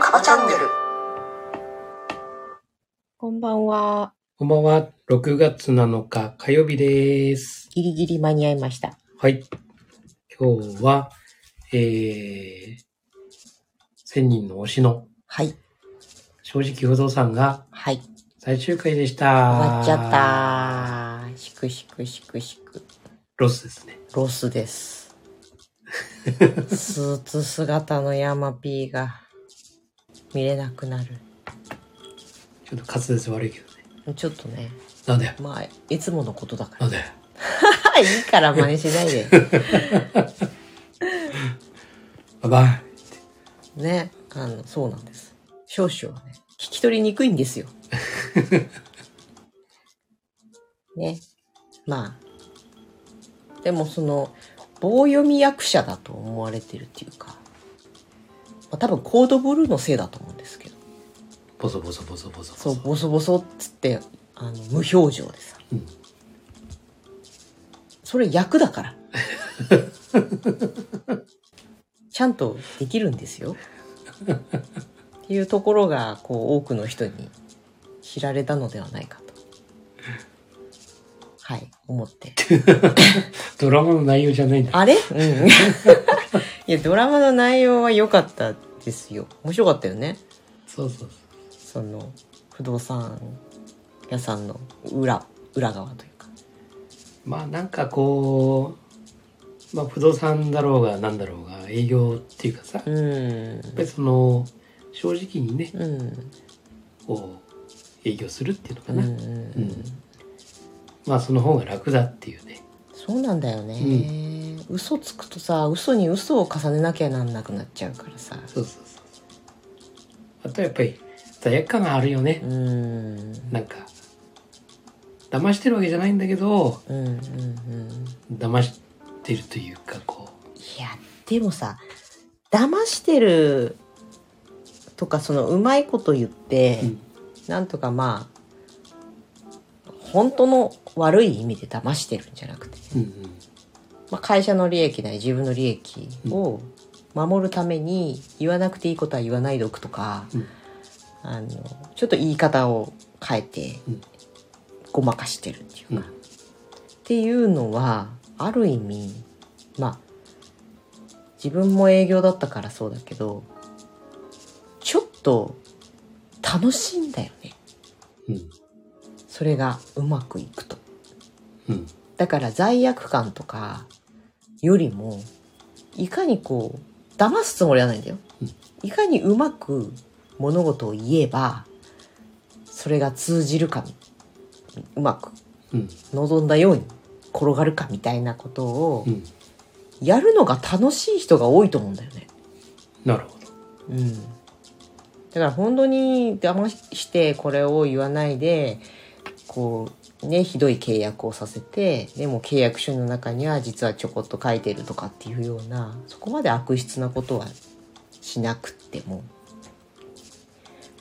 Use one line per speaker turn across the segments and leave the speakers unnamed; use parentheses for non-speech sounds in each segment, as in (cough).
カバチャンネル
こんばんは。
こんばんは。6月7日火曜日です。
ギリギリ間に合いました。
はい。今日は、えー、1000人の推しの
はい。
正直不動産が
はい。
最終回でした。
終わっちゃった。しくしくしくしく。
ロスですね。
ロスです。スーツ姿のヤマピーが見れなくなる。
ちょっと滑舌悪いけどね。
ちょっとね、
なんだよ。
まあ、いつものことだか
なんだよ。
ら。 (laughs) いいから真似しないで。
バイバイ。
ね。あの、そうなんです。少々はね、聞き取りにくいんですよ。ね。まあ。でもその、棒読み役者だと思われてるっていうか、まあ、多分コードブルーのせいだと思うんですけど、
ボソボソボソボソ
そ
ボソ。
う、ボソボソっつって、あの、無表情でさ。
うん
それ役だ
(laughs)
から。ちゃんとできるんですよ。っていうところが、こう、多くの人に知られたのではないかと。はい、思
(laughs)
って。
ドラマの内容じゃないんだ。
あれうん。 (laughs) いや、ドラマの内容は良かったですよ。面白かったよね。
そうそうそう。
その、不動産屋さんの裏、裏側というか。
まあなんかこう、まあ不動産だろうがなんだろうが営業っていうかさ、
う
やっ
ん。
ぱりその、正直にね、
うん。
こう、営業するっていうのか
う
な。
ん。
うんまあその方が楽だっていうね。
そうなんだよね、嘘つくとさ嘘に嘘を重ねなきゃなんなくなっちゃうからさ
そうそうそうそう。あとやっぱり罪悪感があるよね
う。ーん
なんか、騙してるわけじゃないんだけど、
うんうんうん
騙してるというかこ
いやでもさ騙してるとかそのうまいこと言って、
う、うん
なんとかまあ本当の悪い意味で騙してるんじゃなくて、
うんうん、
まあ、会社の利益なり自分の利益を守るために言わなくていいことは言わないでおくとか、
うん
あのちょっと言い方を変えて
うん
ごまかしてるっていうか、っ
うん
ていうのはある意味まあ自分も営業だったからそうだけどちょっと楽しいんだよね
うん
それがうまくいくと。
うん
だから罪悪感とかよりもいかにこう騙すつもりはないんだよ
うん。
いかにうまく物事を言えばそれが通じるかうまく
うん
望んだように転がるかみたいなことを
うん
やるのが楽しい人が多いと思うんだよね。
なるほど
うん、だから本当に騙してこれを言わないでこうねひどい契約をさせてでも契約書の中には実はちょこっと書いてるとかっていうようなそこまで悪質なことはしなくっても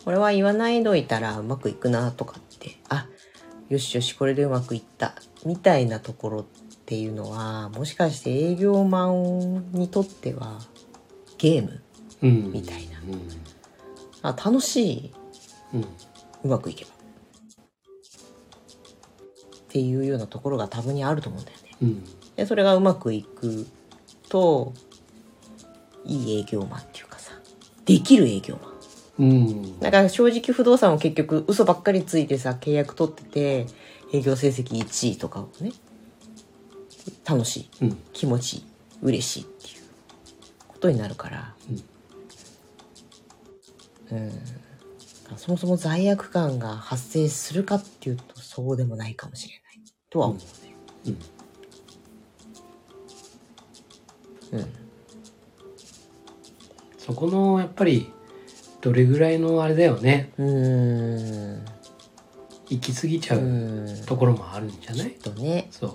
これは言わないどいたらうまくいくなとかってあよしよしこれでうまくいったみたいなところっていうのはもしかして営業マンにとってはゲーム
うん
みたいな
うん
あ楽しい
うん
うまくいけばっていうようなところが多分にあると思うんだよね
うん
でそれがうまくいくといい営業マンっていうかさできる営業マン
うん
だから正直不動産を結局嘘ばっかりついてさ契約取ってて営業成績1位とかをね楽しい
うん
気持ちいい嬉しいっていうことになるからうん、そもそも罪悪感が発生するかっていうとそうでもないかもしれないとは思うね
うん
うん、
そこのやっぱりどれぐらいのあれだよね
うーん
行き過ぎちゃ
う
う
ーん
ところもあるんじゃない
とね
そ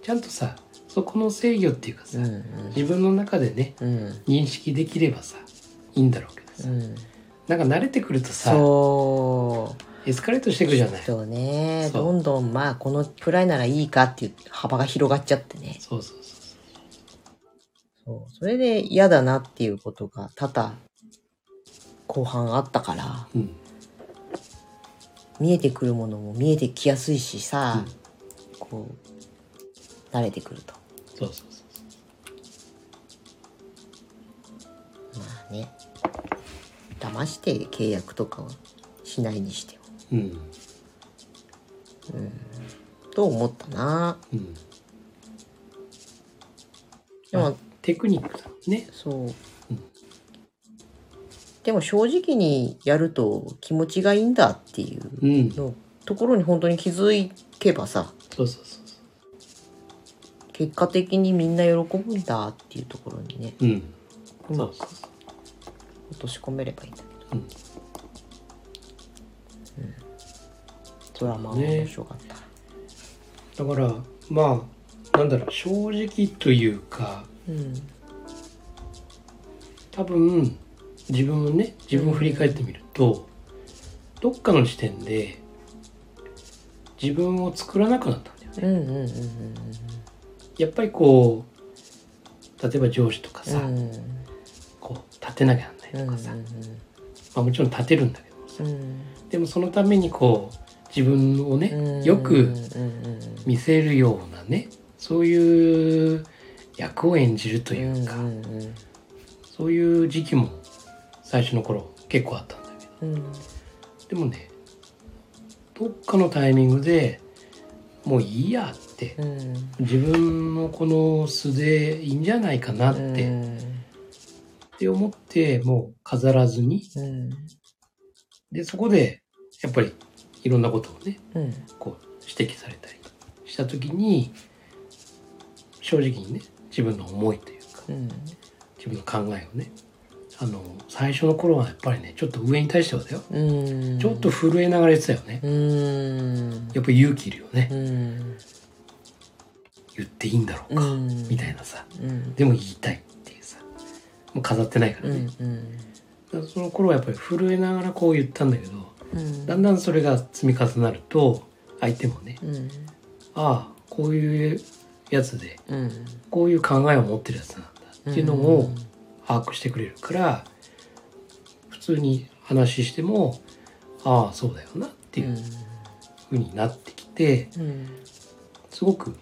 うちゃんとさそこの制御っていうか
う
さ
ん
自分の中でね
うん
認識できればさいいんだろうけど
う
さ
ん
なんか慣れてくるとさ
そ
エスカレートしていくじゃな
う
い
そうね
そう
どんどんまあこのくらいならいいかっていう幅が広がっちゃってね
そうそうそ
そうそれで嫌だなっていうことが多々後半あったから
ううん
見えてくるものも見えてきやすいしさ、こう慣れてくると
そうそうそう
まあね騙して契約とかはしないにしても
うん
と思ったな
うん
でも、
あテクニックだもんね
そう、でも正直にやると気持ちがいいんだっていう
うん
のところに本当に気づけばさ
そうそうそうそ
結果的にみんな喜ぶんだっていうところにね
ううん
う
そ
ま
う
く
そう
落とし込めればいいんだけど
そううん
ドラマは面白かった、
だからまあなんだろう正直というか
うん
多分自分をね自分を振り返ってみると、どっかの時点で自分を作らなくなったんだよね
うんうんうんうん
やっぱりこう例えば上司とかさ、
うんうん
こう立てなきゃなんないとかさ、まあ、もちろん立てるんだけどさ
うん
でもそのためにこう自分を
うん
ねよく
うんうん
見せるようなねそういう役を演じるというか、
んうん
そういう時期も最初の頃結構あったんだけど
うんうん
でもねどっかのタイミングでもういいやって
うん
自分のこの素でいいんじゃないかなって、っ
うん
て思ってもう飾らずに
うん
でそこでやっぱりいろんなことをね
うん
こう指摘されたりした時に正直にね自分の思いというか
うん
自分の考えをねあの最初の頃はやっぱりねちょっと上に対してはだよ
うん
ちょっと震えながら言ってたよね
うん
やっぱ勇気いるよね
うん
言っていいんだろう
う
か
ん
みたいなさ
うん
でも言いたいっていうさもう飾ってないから
う
ね、
ん
だからその頃はやっぱり震えながらこう言ったんだけど
うん
だんだんそれが積み重なると相手もね
うん
ああこういうやつで
うん
こういう考えを持ってるやつなんだっていうのを把握してくれるから普通に話してもああそうだよなっていうふうになってきて
うんうん
すごく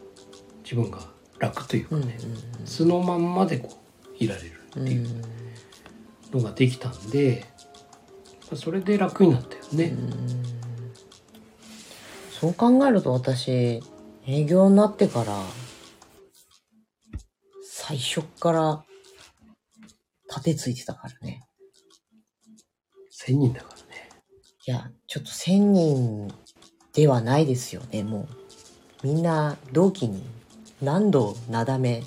自分が楽というか
うん
ね素のまんまでこういられるって
うん
いうのができたんでそれで楽になったよね。
そう考えると私、営業になってから、最初っから、立てついてたからね。
1000人だからね。
いや、ちょっと千人ではないですよね、もう。みんな、同期に何度、なだめ、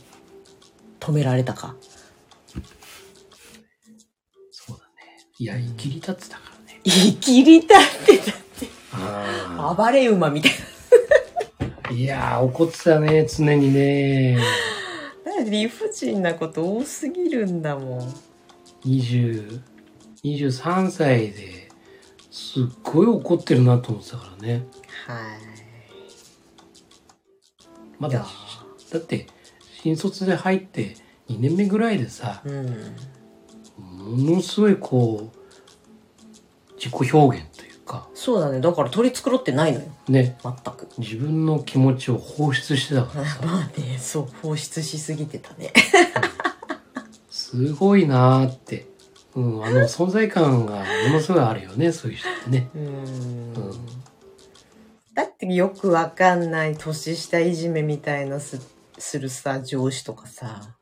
止められたか。
そうだね。いや、生きり立ってたからね。
生きり立ってた。
あ
暴れ馬みたいな。
あ。いやー、怒ってたね、常にね。
だって理不尽なこと多すぎるんだもん。
20 23歳ですっごい怒ってるなと思ってたからね
はい。
ま
い
だ
や
だって新卒で入って2年目ぐらいでさ
うん。
ものすごいこう自己表現というか
そうだね。だから取り繕ってないのよ。
ね
全く。
自分の気持ちを放出してたから (laughs) さ
(laughs) まあね、そう、放出しすぎてたね。
すごいなーって、うん、あの存在感がものすごいあるよねそういう人ってね。
うん
うん
だってよくわかんない年下いじめみたいなすするさ、上司とかさ、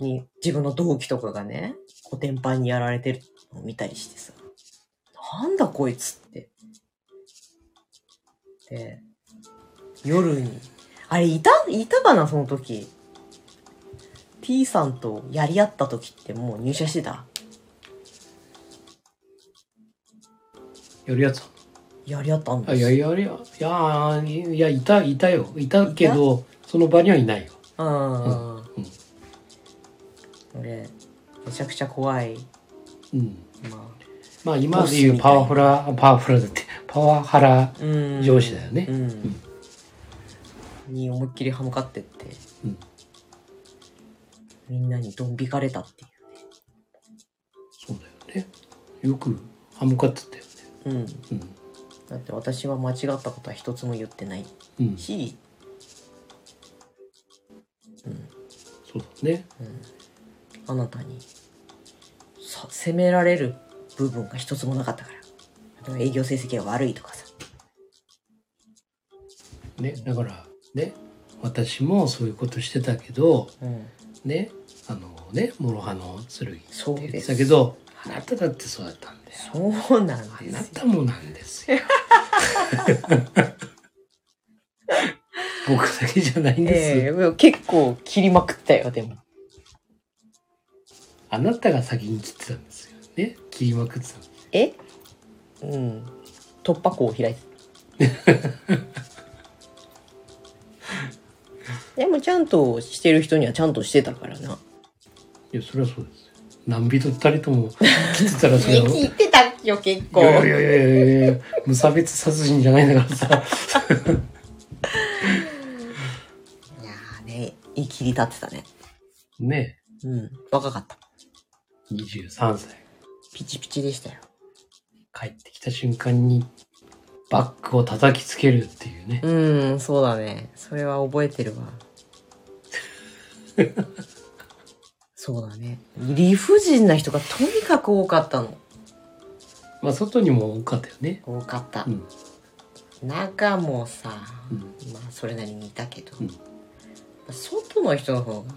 に、自分の同期とかがね、コテンパンにやられてるのを見たりしてさ、なんだこいつって。で、夜に、あれ、いた、いたかな、その時。T さんとやり合った時ってもう入社してた
やるやつは
やり合ったん
あ
で
い
す
やいやいやいやいやいたいたよいたけどその場にはいないよ
うん
うん
俺めちゃくちゃ怖い
うん
まあ
まあ今でいうパワフラパワフラだってパワハラ
うん
上司だよね
うんに思いっきり歯向かってって、
うん
みんなにドン引かれたってい
そうだよねよく歯向かってたよ
う、うん、
ね
だって私は間違ったことは一つも言ってない
うん、うん、
し、
そうだね
あなたにさ責められる部分が一つもなかったからあと営業成績が悪いとかさ
ねだからね私もそういうことしてたけど
うん
ねあのね諸刃の剣
そう
って言
で
って
す
たけどあなただってそうだったんだよ
そうなん
あ
で
な
すよ
たもなんですよ僕だけじゃないんです、
ええ結構切りまくったよでも
あなたが先に切ってたんですよね切りまくってたの
えうん突破口を開いて (laughs) でもちゃんとしてる人にはちゃんとしてたからない
やそれはそうですよ何人たりとも切ってたらそ
(laughs)
れは
聞いてたよ結
い
構
やいやいやいやいや無差別殺人じゃないんだからさ
いやーね言い切り立ってたね
ね
うん若かった
23歳
ピチピチでしたよ
帰ってきた瞬間にバッグを叩きつけるっていうね
うんそうだねそれは覚えてる (laughs) わそうだね理不尽な人がとにかく多かったの
まあ外にも多かったよね
多かった
うん
中もさ、
うん
まあそれなりにいたけど、
うん
まあ外の人の方が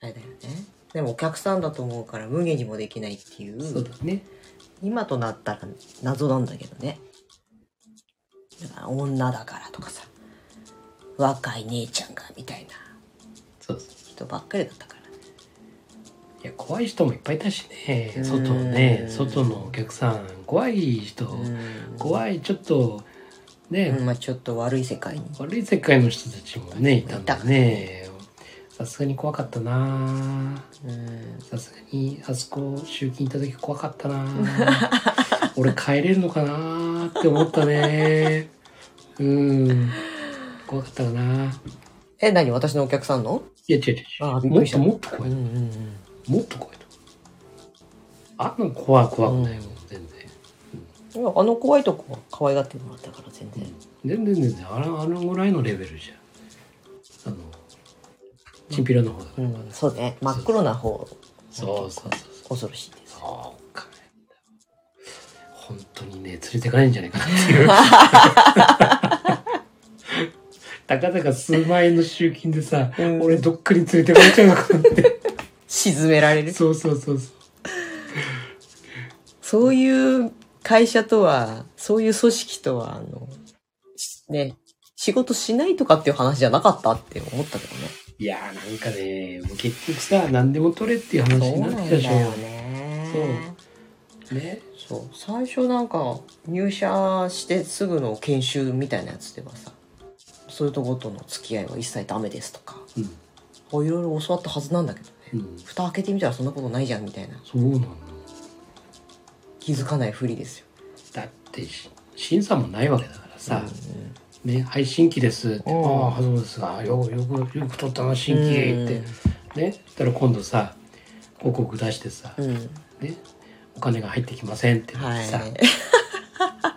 あれだよねでもお客さんだと思うから無限にもできないってい
そう
う
だね
今となったら謎なんだけどねだから女だからとかさ若い姉ちゃんがみたいな
そうそう
人ばっかりだったからね
いや怖い人もいっぱいいたしね
うん
外ね外のお客さん怖い人、
うん
怖いちょっとね、
うんまあちょっと悪い世界に
悪い世界の人たちもねいたんだ
いた
ねさすがに怖かったな
うん
さすがにあそこ集金行った時怖かっ
(laughs)
たな俺帰れるのかなって思ったねうん怖かったかな
え何私のお客さんの
いや違う違う違
あー
う
びっく
もっ
りし
と
た
もっと怖
う
い
んうんうん
もっと怖いとあんなの怖い怖くないもん全然。
いやあの怖いとこは可愛がってもらったから全然、
全然全然あのあのぐらいのレベルじゃんあのチンピラの方だか
う
ら、
ん、そうね真っ黒な方
そうそうそうそう
恐ろしいです
そうか本当にね連れてかないんじゃないかなっていうたかだか数万円の集金でさ、
うん
俺どっかに連れてかれちゃうのかなって
沈められるそ
そうそうそうそう
ういう会社とはそういう組織とはあのしね仕事しないとかっていう話じゃなかったって思ったけどね
いやーなんかねもう結局さ何でも取れっていう話になってきたでしょ
ね
ね
そう最初なんか入社してすぐの研修みたいなやつではさそういうとことの付き合いは一切ダメですとか
うん
こういろいろ教わったはずなんだけどね
うん
蓋開けてみたらそんなことないじゃんみたいな
そうなんだ
気づかないふりですよ
だってし審査もないわけだからさ、
うん
ね、配信機ですって。
うん
ああ、そうですが、よく、よく、よく撮ったな、新規って。ね、たら今度さ、広告出してさ、
うん、
ね、お金が入ってきませんってなっ
は
てさ、
い。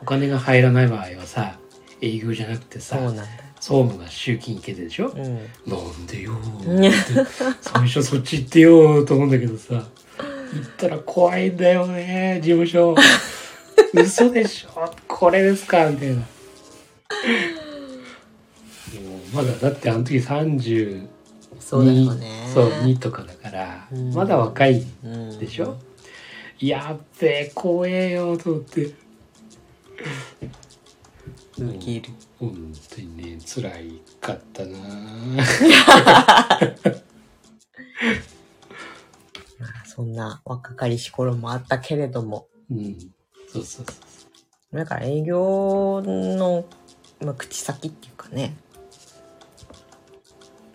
お金が入らない場合はさ、営業じゃなくて
そ
さ
う、なんだ。
総務が集金行けてるでしょ、
うん。
なんでよーって。最初そっち行ってよーと思うんだけどさ、行ったら怖いんだよね、事務所。嘘でしょこれですかみたいな。もうまだだってあの時32
そうだよね。
そう2とかだから、
うん
まだ若い
うん。
でしょ、やっべえ怖えよと思って
ウケる。
本当にね辛いかったな
まあ、そんな若かりし頃もあったけれども。
うんそうそうそう
だから営業の、まあ、口先っていうかね。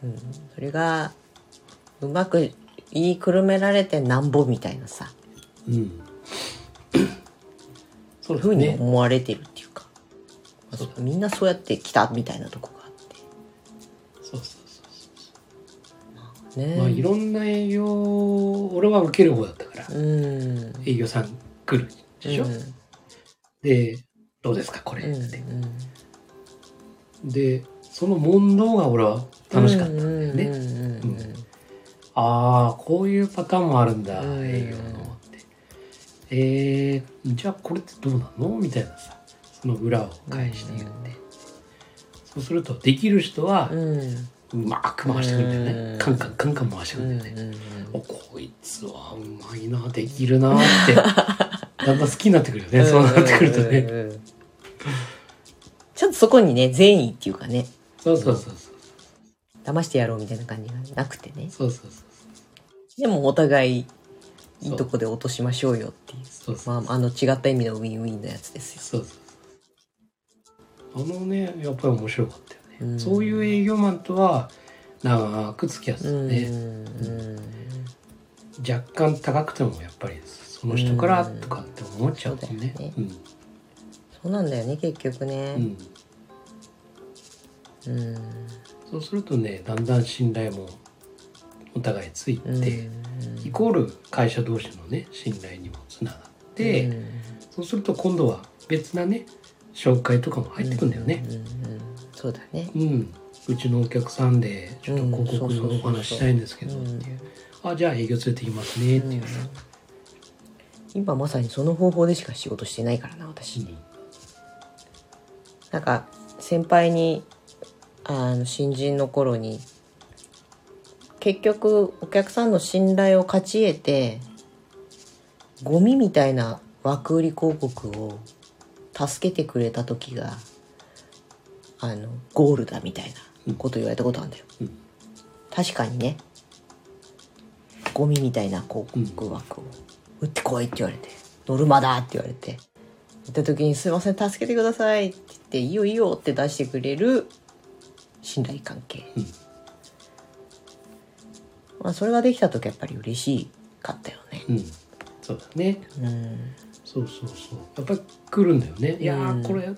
うん。それが、うまく言いくるめられてなんぼみたいなさ。
うんそうで
ふ
す
うに
ね。
思われてるっていうか、まあ
そう
みんなそうやって来たみたいなとこがあっ
そうそうそうそ
てね
う。まあいろんな営業俺は受ける方だったから、
うん
営業さん来るでしょ。
うん
でどうですかこれ
うん
って、でその問答が俺は楽しかったんだよね。
うんうんうん
うんああこういうパターンもあるんだ、
うん
営業のってえー、じゃあこれってどうなのみたいなさその裏を返して言って、そうするとできる人は
うんうん
うまく回してくるんだよね、
うん
カンカンカンカン回してくるんだよね、
うん
おこいつはうまいなできるなって
(laughs)
だんだん好きになってくるよねそうなってくるとね、
うんうんうんちょっとそこにね善意っていうかね
そうそうそうそう
騙してやろうみたいな感じがなくてね
そうそうそう
でもお互いいいとこで落としましょうよっていう
そうそう
まああの違った意味のウィンウィンのやつですよ
そうそうそうあのねやっぱり面白かったよね、
うん
そういう営業マンとは長く付き合ってた
うん
ね、
うん
若干高くてもやっぱりその人からとかって思っちゃうもんね
そうだよね
うん
そうなんだよね結局
う
ね
ん
うん
そうするとねだんだん信頼もお互いついて、
うん
イコール会社同士のね信頼にもつながって、
うん
そうすると今度は別なね紹介とかも入ってくんだよね、
うんうんそうだね
うん、うちのお客さんでちょっと広告のお話したいんですけど
う
っ
んそうそうそうそう
ていう「あじゃあ営業連れてきますね」っていう
うん
さ、
今まさにその方法でしか仕事してないからな私、
うん
なんか先輩にあの新人の頃に結局お客さんの信頼を勝ち得てゴミみたいな枠売り広告を助けてくれた時があのゴールだみたいなこと言われたことあるんだよ、
うん
確かにねゴミみたいな広告枠を打ってこいって言われてノルマだって言われて行った時に「すいません助けてください」って言って「いいよいいよ」って出してくれる信頼関係、
うん
まあ、それができた時やっぱり嬉しかったよね
うんそうだね
うん
そうそうそうやっぱり来るんだよね「いや
うん
ーこれ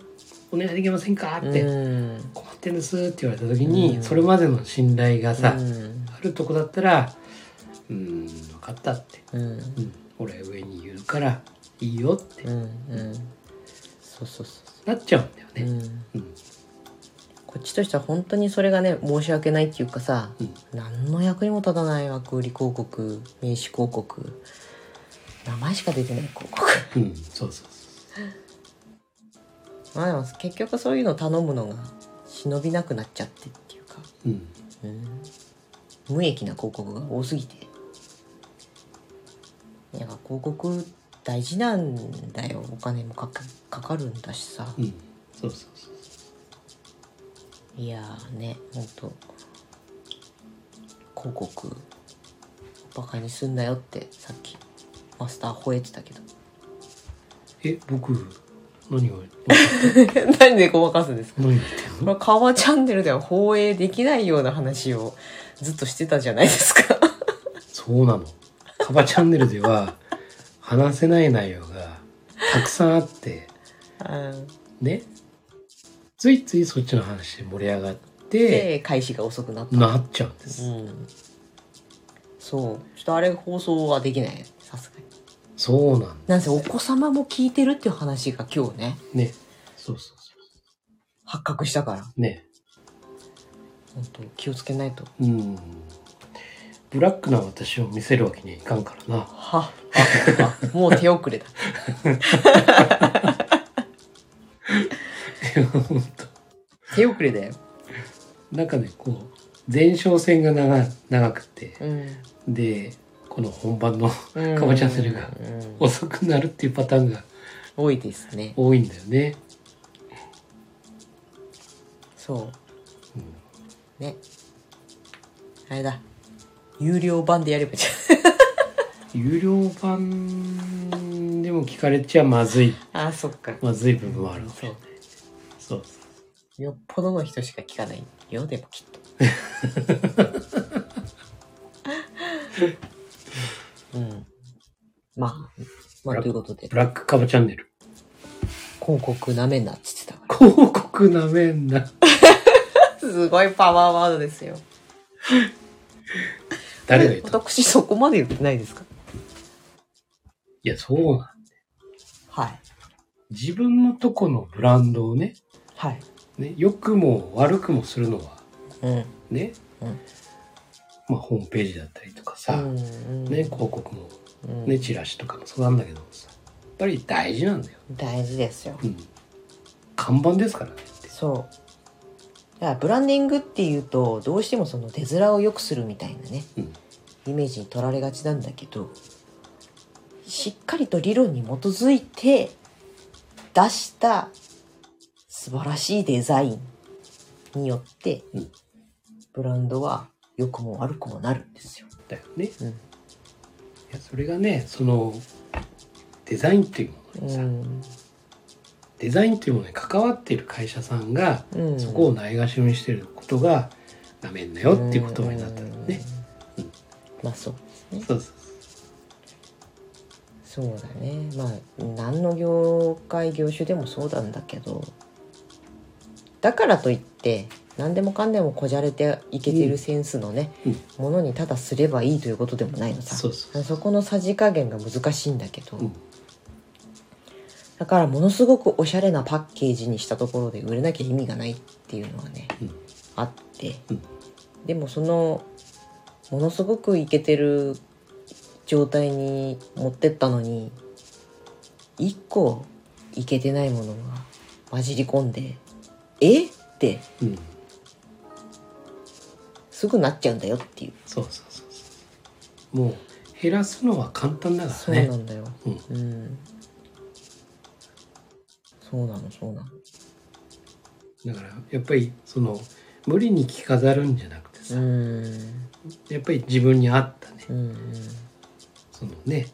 お願いできませんか?」って
う
「
ん
困ってんです」って言われた時に、
うん
それまでの信頼がさ、
うん
あるとこだったら「うーん分かった」って
うん
「うん、俺上に言うからいいよ」って
うんうんそうそうそうそ
なっちゃうんだよ
う、
ね。
うん
うん
こっちとしては本当にそれがね申し訳ないっていうかさ、
うん
何の役にも立たない枠売り広告名刺広告名前しか出てない広告 (laughs)
うん、そうそうそ
まあでも結局そういうの頼むのが忍びなくなっちゃってっていうか、
う、うん、
うん無益な広告が多すぎていや広告大事なんだよお金もかかかかるんだしさ、
うん、そうそうそう
いやーねほんと広告バカにすんなよってさっきマスター吠えてたけど (laughs)
え僕何を
何でごまかすんですか
何を言ってん
こ
の
れカワチャンネルでは放映できないような話をずっとしてたじゃないですか
(laughs)
(laughs)
そうなのカバチャンネルでは話せない内容がたくさんあって
うん
ねついついそっちの話で盛り上がって
で開始が遅くなった、
なっちゃうんです、
うん、そうちょっとあれ放送はできないさすがに
そうなん
なんせお子様も聞いてるっていう話が今日ね
ねそうそうそ
発覚したから
うね
本当気をつけないと
うんブラックな私を見せるわけにはいかんから (laughs) な
はああもう手遅れだ
本当
手遅れだよ、
なんかねこう前哨戦が長長くて
うん、
でこの本番の
うん
カバチャンネルが
うん
遅くなるっていうパターンが
多いですね
多いんだよね。
そうねあれだ有料版でやればいいじ
有料版でも聞かれちゃまずい、
ゃん (laughs) あそっか
まずい部分はあるの
そ
そうそう
よっぽどの人しか聞かないよでもきっ (laughs) とうんまあまあということで
ブラックカバチャンネル。
広告なめんなって言ってたか
広告なめんな。
ら。すごいパワーワードですよ。
誰が言った
私そこまで言ってないですか
いや、そうなん。
はい。
自分のとこのブランドをね、
はい。
ね、良くも悪くもするのは、
うん。
ね、
うん
まあ、ホームページだったりとかさ、
うんうん
ね、広告も、
うん
ね、チラシとかもそうなんだけどさ、やっぱり大事なんだよ。
大事ですよ。
うん。看板ですからねって。
そう。だからブランディングっていうとどうしてもその出面を良くするみたいなね
うん。
イメージに取られがちなんだけどしっかりと理論に基づいて出した素晴らしいデザインによって
うん
ブランドは良くも悪くもなるんですよ。
だよね。
うん
いや、それがね、その、デザインっていうものにさ、デザインというものに関わっている会社さんが、
うん
そこをないがしろにしてることがなめんなよっていう言葉になったのね。
うん。まあそううん
そうそうそう
そうだねまあ何の業界業種でもそうなんだけどだからといって何でもかんでもこじゃれていけてるセンスのね、
うん
ものにただすればいいということでもないのさ
そうそ
そこのさじ加減が難しいんだけど、
うん
だからものすごくおしゃれなパッケージにしたところで売れなきゃ意味がないっていうのはね、
うん
あって、
うん
でもそのものすごくイケてる状態に持ってったのに一個イケてないものが混じり込んで「えっ?」て
うん。
すぐなっちゃうんだよっていう、
そうそうそうそう。もう減らすのは簡単だか
そ
ら
う
ね。
な
うん
だよ。
うん
うんそうなのそうなの。
だからやっぱりその無理に着飾るんじゃなくて
う
さ、
ん
やっぱり自分に合ったね
うんうん
そのね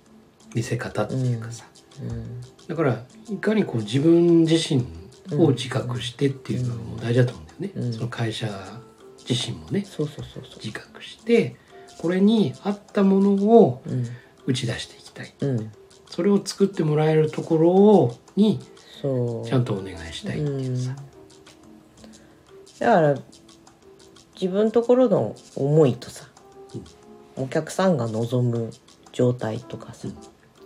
見せ方っていうかさ、
うん
だからいかにこう自分自身を自覚してっていうのも大事だと思うんだよね。
うん
その会社自身もね
そうそうそうそう。
自覚してこれに合ったものを
うん
打ち出していきたい。
うん、
それを作ってもらえるところをに
そう
ちゃんとお願いしたいっていうさ。
だから自分ところの思いとさ、お客さんが望む状態とかさ、
うん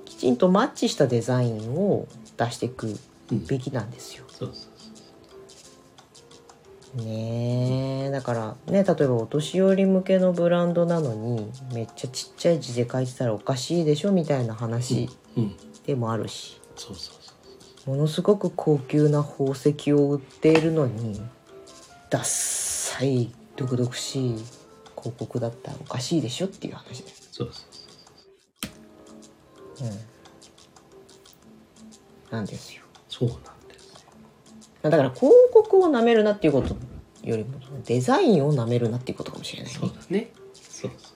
きちんとマッチしたデザインを出していく
うん
べきなんですよ。
そうそうそう
ねえだからね例えばお年寄り向けのブランドなのにめっちゃちっちゃい字で書いてたらおかしいでしょみたいな話
うん、
でもあるし。
そうそうそ
も
う。
のすごく高級な宝石を売っているのにダッサい毒々しい広告だったらおかしいでしょっていう話です、
そうそうそ
なんですよ
う。そうなんですよ。
だから広告をなめるなっていうことよりもデザインをなめるなっていうことかもしれない
そう
ね
だね。そうそう。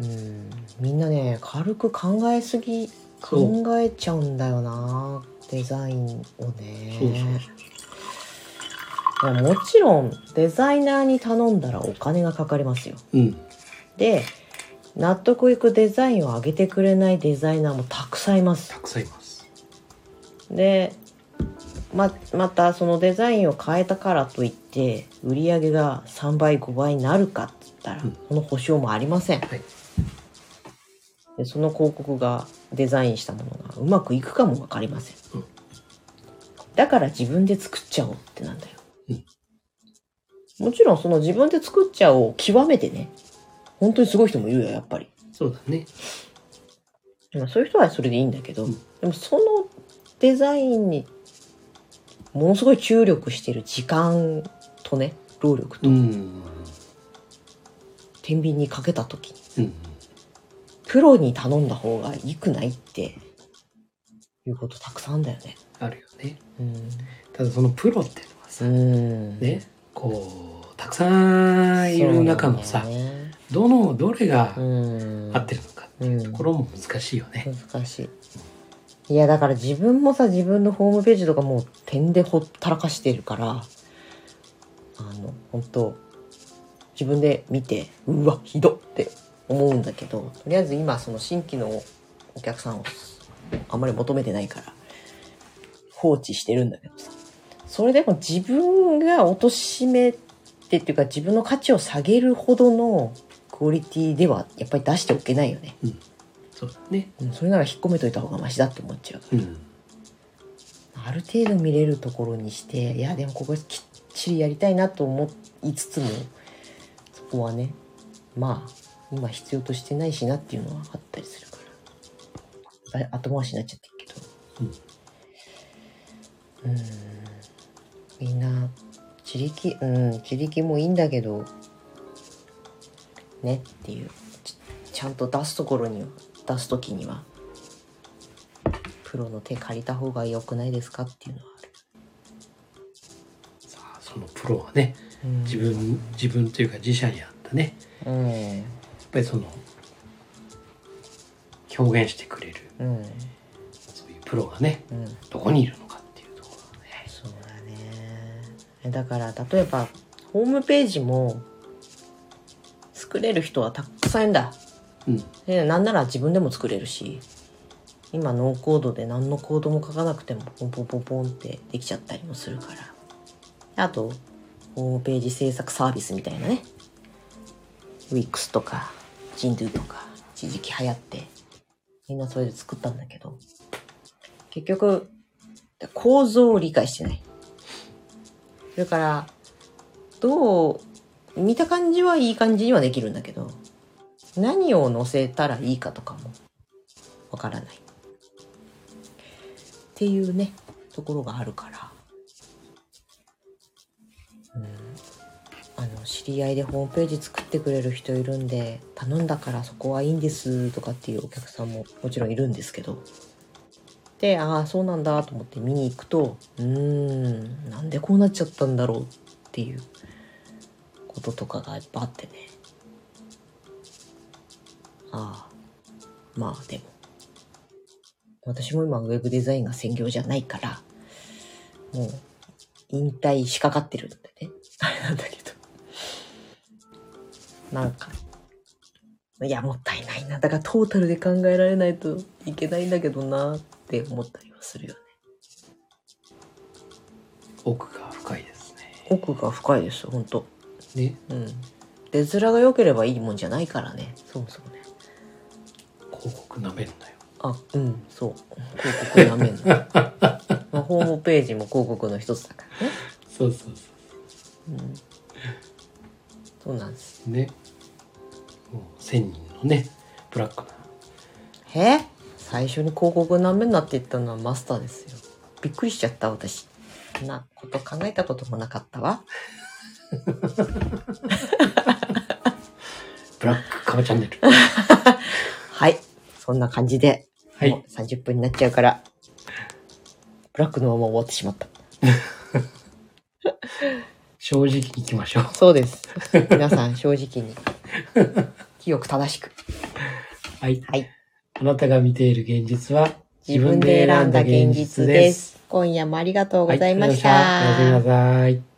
うんみんなね軽く考えすぎ
そう
考えちゃうんだよなデザインをね
そうそう
いやもちろんデザイナーに頼んだらお金がかかりますよ
そう。うん。
で納得いくデザインを上げてくれないデザイナーもたくさんいます
たくさんいます。
でままたそのデザインを変えたからといって売り上げが3倍5倍になるかっつったら、
うん
その保証もありません
はい。
でその広告がデザインしたものがうまくいくかも分かりません、
うん
だから自分で作っちゃおうってなんだよ、
うん
もちろんその自分で作っちゃおうを極めてね本当にすごい人もいるよやっぱり
そうだね。
まあ、そういう人はそれでいいんだけど、
うん
でもそのデザインにものすごい注力してる時間とね労力と
うん。
天秤にかけた時に
うん。
プロに頼んだ方がいいくないっていうことたくさんあんだよね。
あるよね。
うん
ただそのプロっていうのはさ、
うん、
ね、こう、たくさんいる中のさ、
そうなんだよね
どの、どれが
うん、
合ってるのかっていうところも難しいよね。
難しいいやだから自分もさ自分のホームページとかもう点でほったらかしてるからあの本当自分で見てうわひどっって思うんだけどとりあえず今その新規のお客さんをあんまり求めてないから
放置してるんだけどさ。
それでも自分が貶としめてっていうか自分の価値を下げるほどのクオリティではやっぱり出しておけないよね。
そうだね。
うんそれなら引っ込めといた方がマシだって思っちゃうか
うん。
ら。ある程度見れるところにしていやでもここきっちりやりたいなと思いつつもそこはねまあ今必要としてないしなっていうのはあったりするからあ後回しになっちゃってるけど。みんな自力うん自力もいいんだけどねっていうちちゃんと出すところに出す時にはプロの手借りた方が良くないですかっていうのはある、
さあそのプロはね、自分自分というか自社にあったね、
うん
やっぱりその表現してくれる
うん
そういうプロがね、
うん
どこにいるのかっていうところだね。
そうだねだから例えばホームページも作れる人はたくさんいるんだ
うん。
でなんなら自分でも作れるし今ノーコードで何のコードも書かなくてもポンポンポンポンってできちゃったりもするからであとホームページ制作サービスみたいなね Wix とか Jindoo とか一時期流行ってみんなそれで作ったんだけど結局構造を理解してないそれからどう見た感じはいい感じにはできるんだけど何を載せたらいいかとかもわからないっていうねところがあるから、うん、あの知り合いでホームページ作ってくれる人いるんで頼んだからそこはいいんですとかっていうお客さんももちろんいるんですけどでああそうなんだと思って見に行くとうーんなんでこうなっちゃったんだろうっていうこととかがいっぱいあってねああまあでも私も今ウェブデザインが専業じゃないからもう引退しかかってるんでねあれなんだけどなんかいやもったいないなだからトータルで考えられないといけないんだけどなって思ったりはするよね
奥が深いですね。
奥が深いです本当
ね。
うん出面が良ければいいもんじゃないからねそもそもね
広告なめるなよ。
あうんそう広告やめ (laughs) んの、まあ、ホームページも広告の一つだからね
そうそうそ
そうなんです
う。ね。もう千人のねブラックな
え最初に広告何目になって言ったのはマスターですよびっくりしちゃった私そんなこと考えたこともなかったわ
ブラックカバチャンネ
(laughs)
ル。
はいそんな感じで、
はい
もう30分になっちゃうからブラックのまま終わってしまった
正直に行きましょう。
そうです皆さん正直 (laughs) に清く正しく
はい。
はい
あなたが見ている現実は
自分で選んだ現実です今夜もありがとうございました、
はいありがとうございましたおやすみなさい。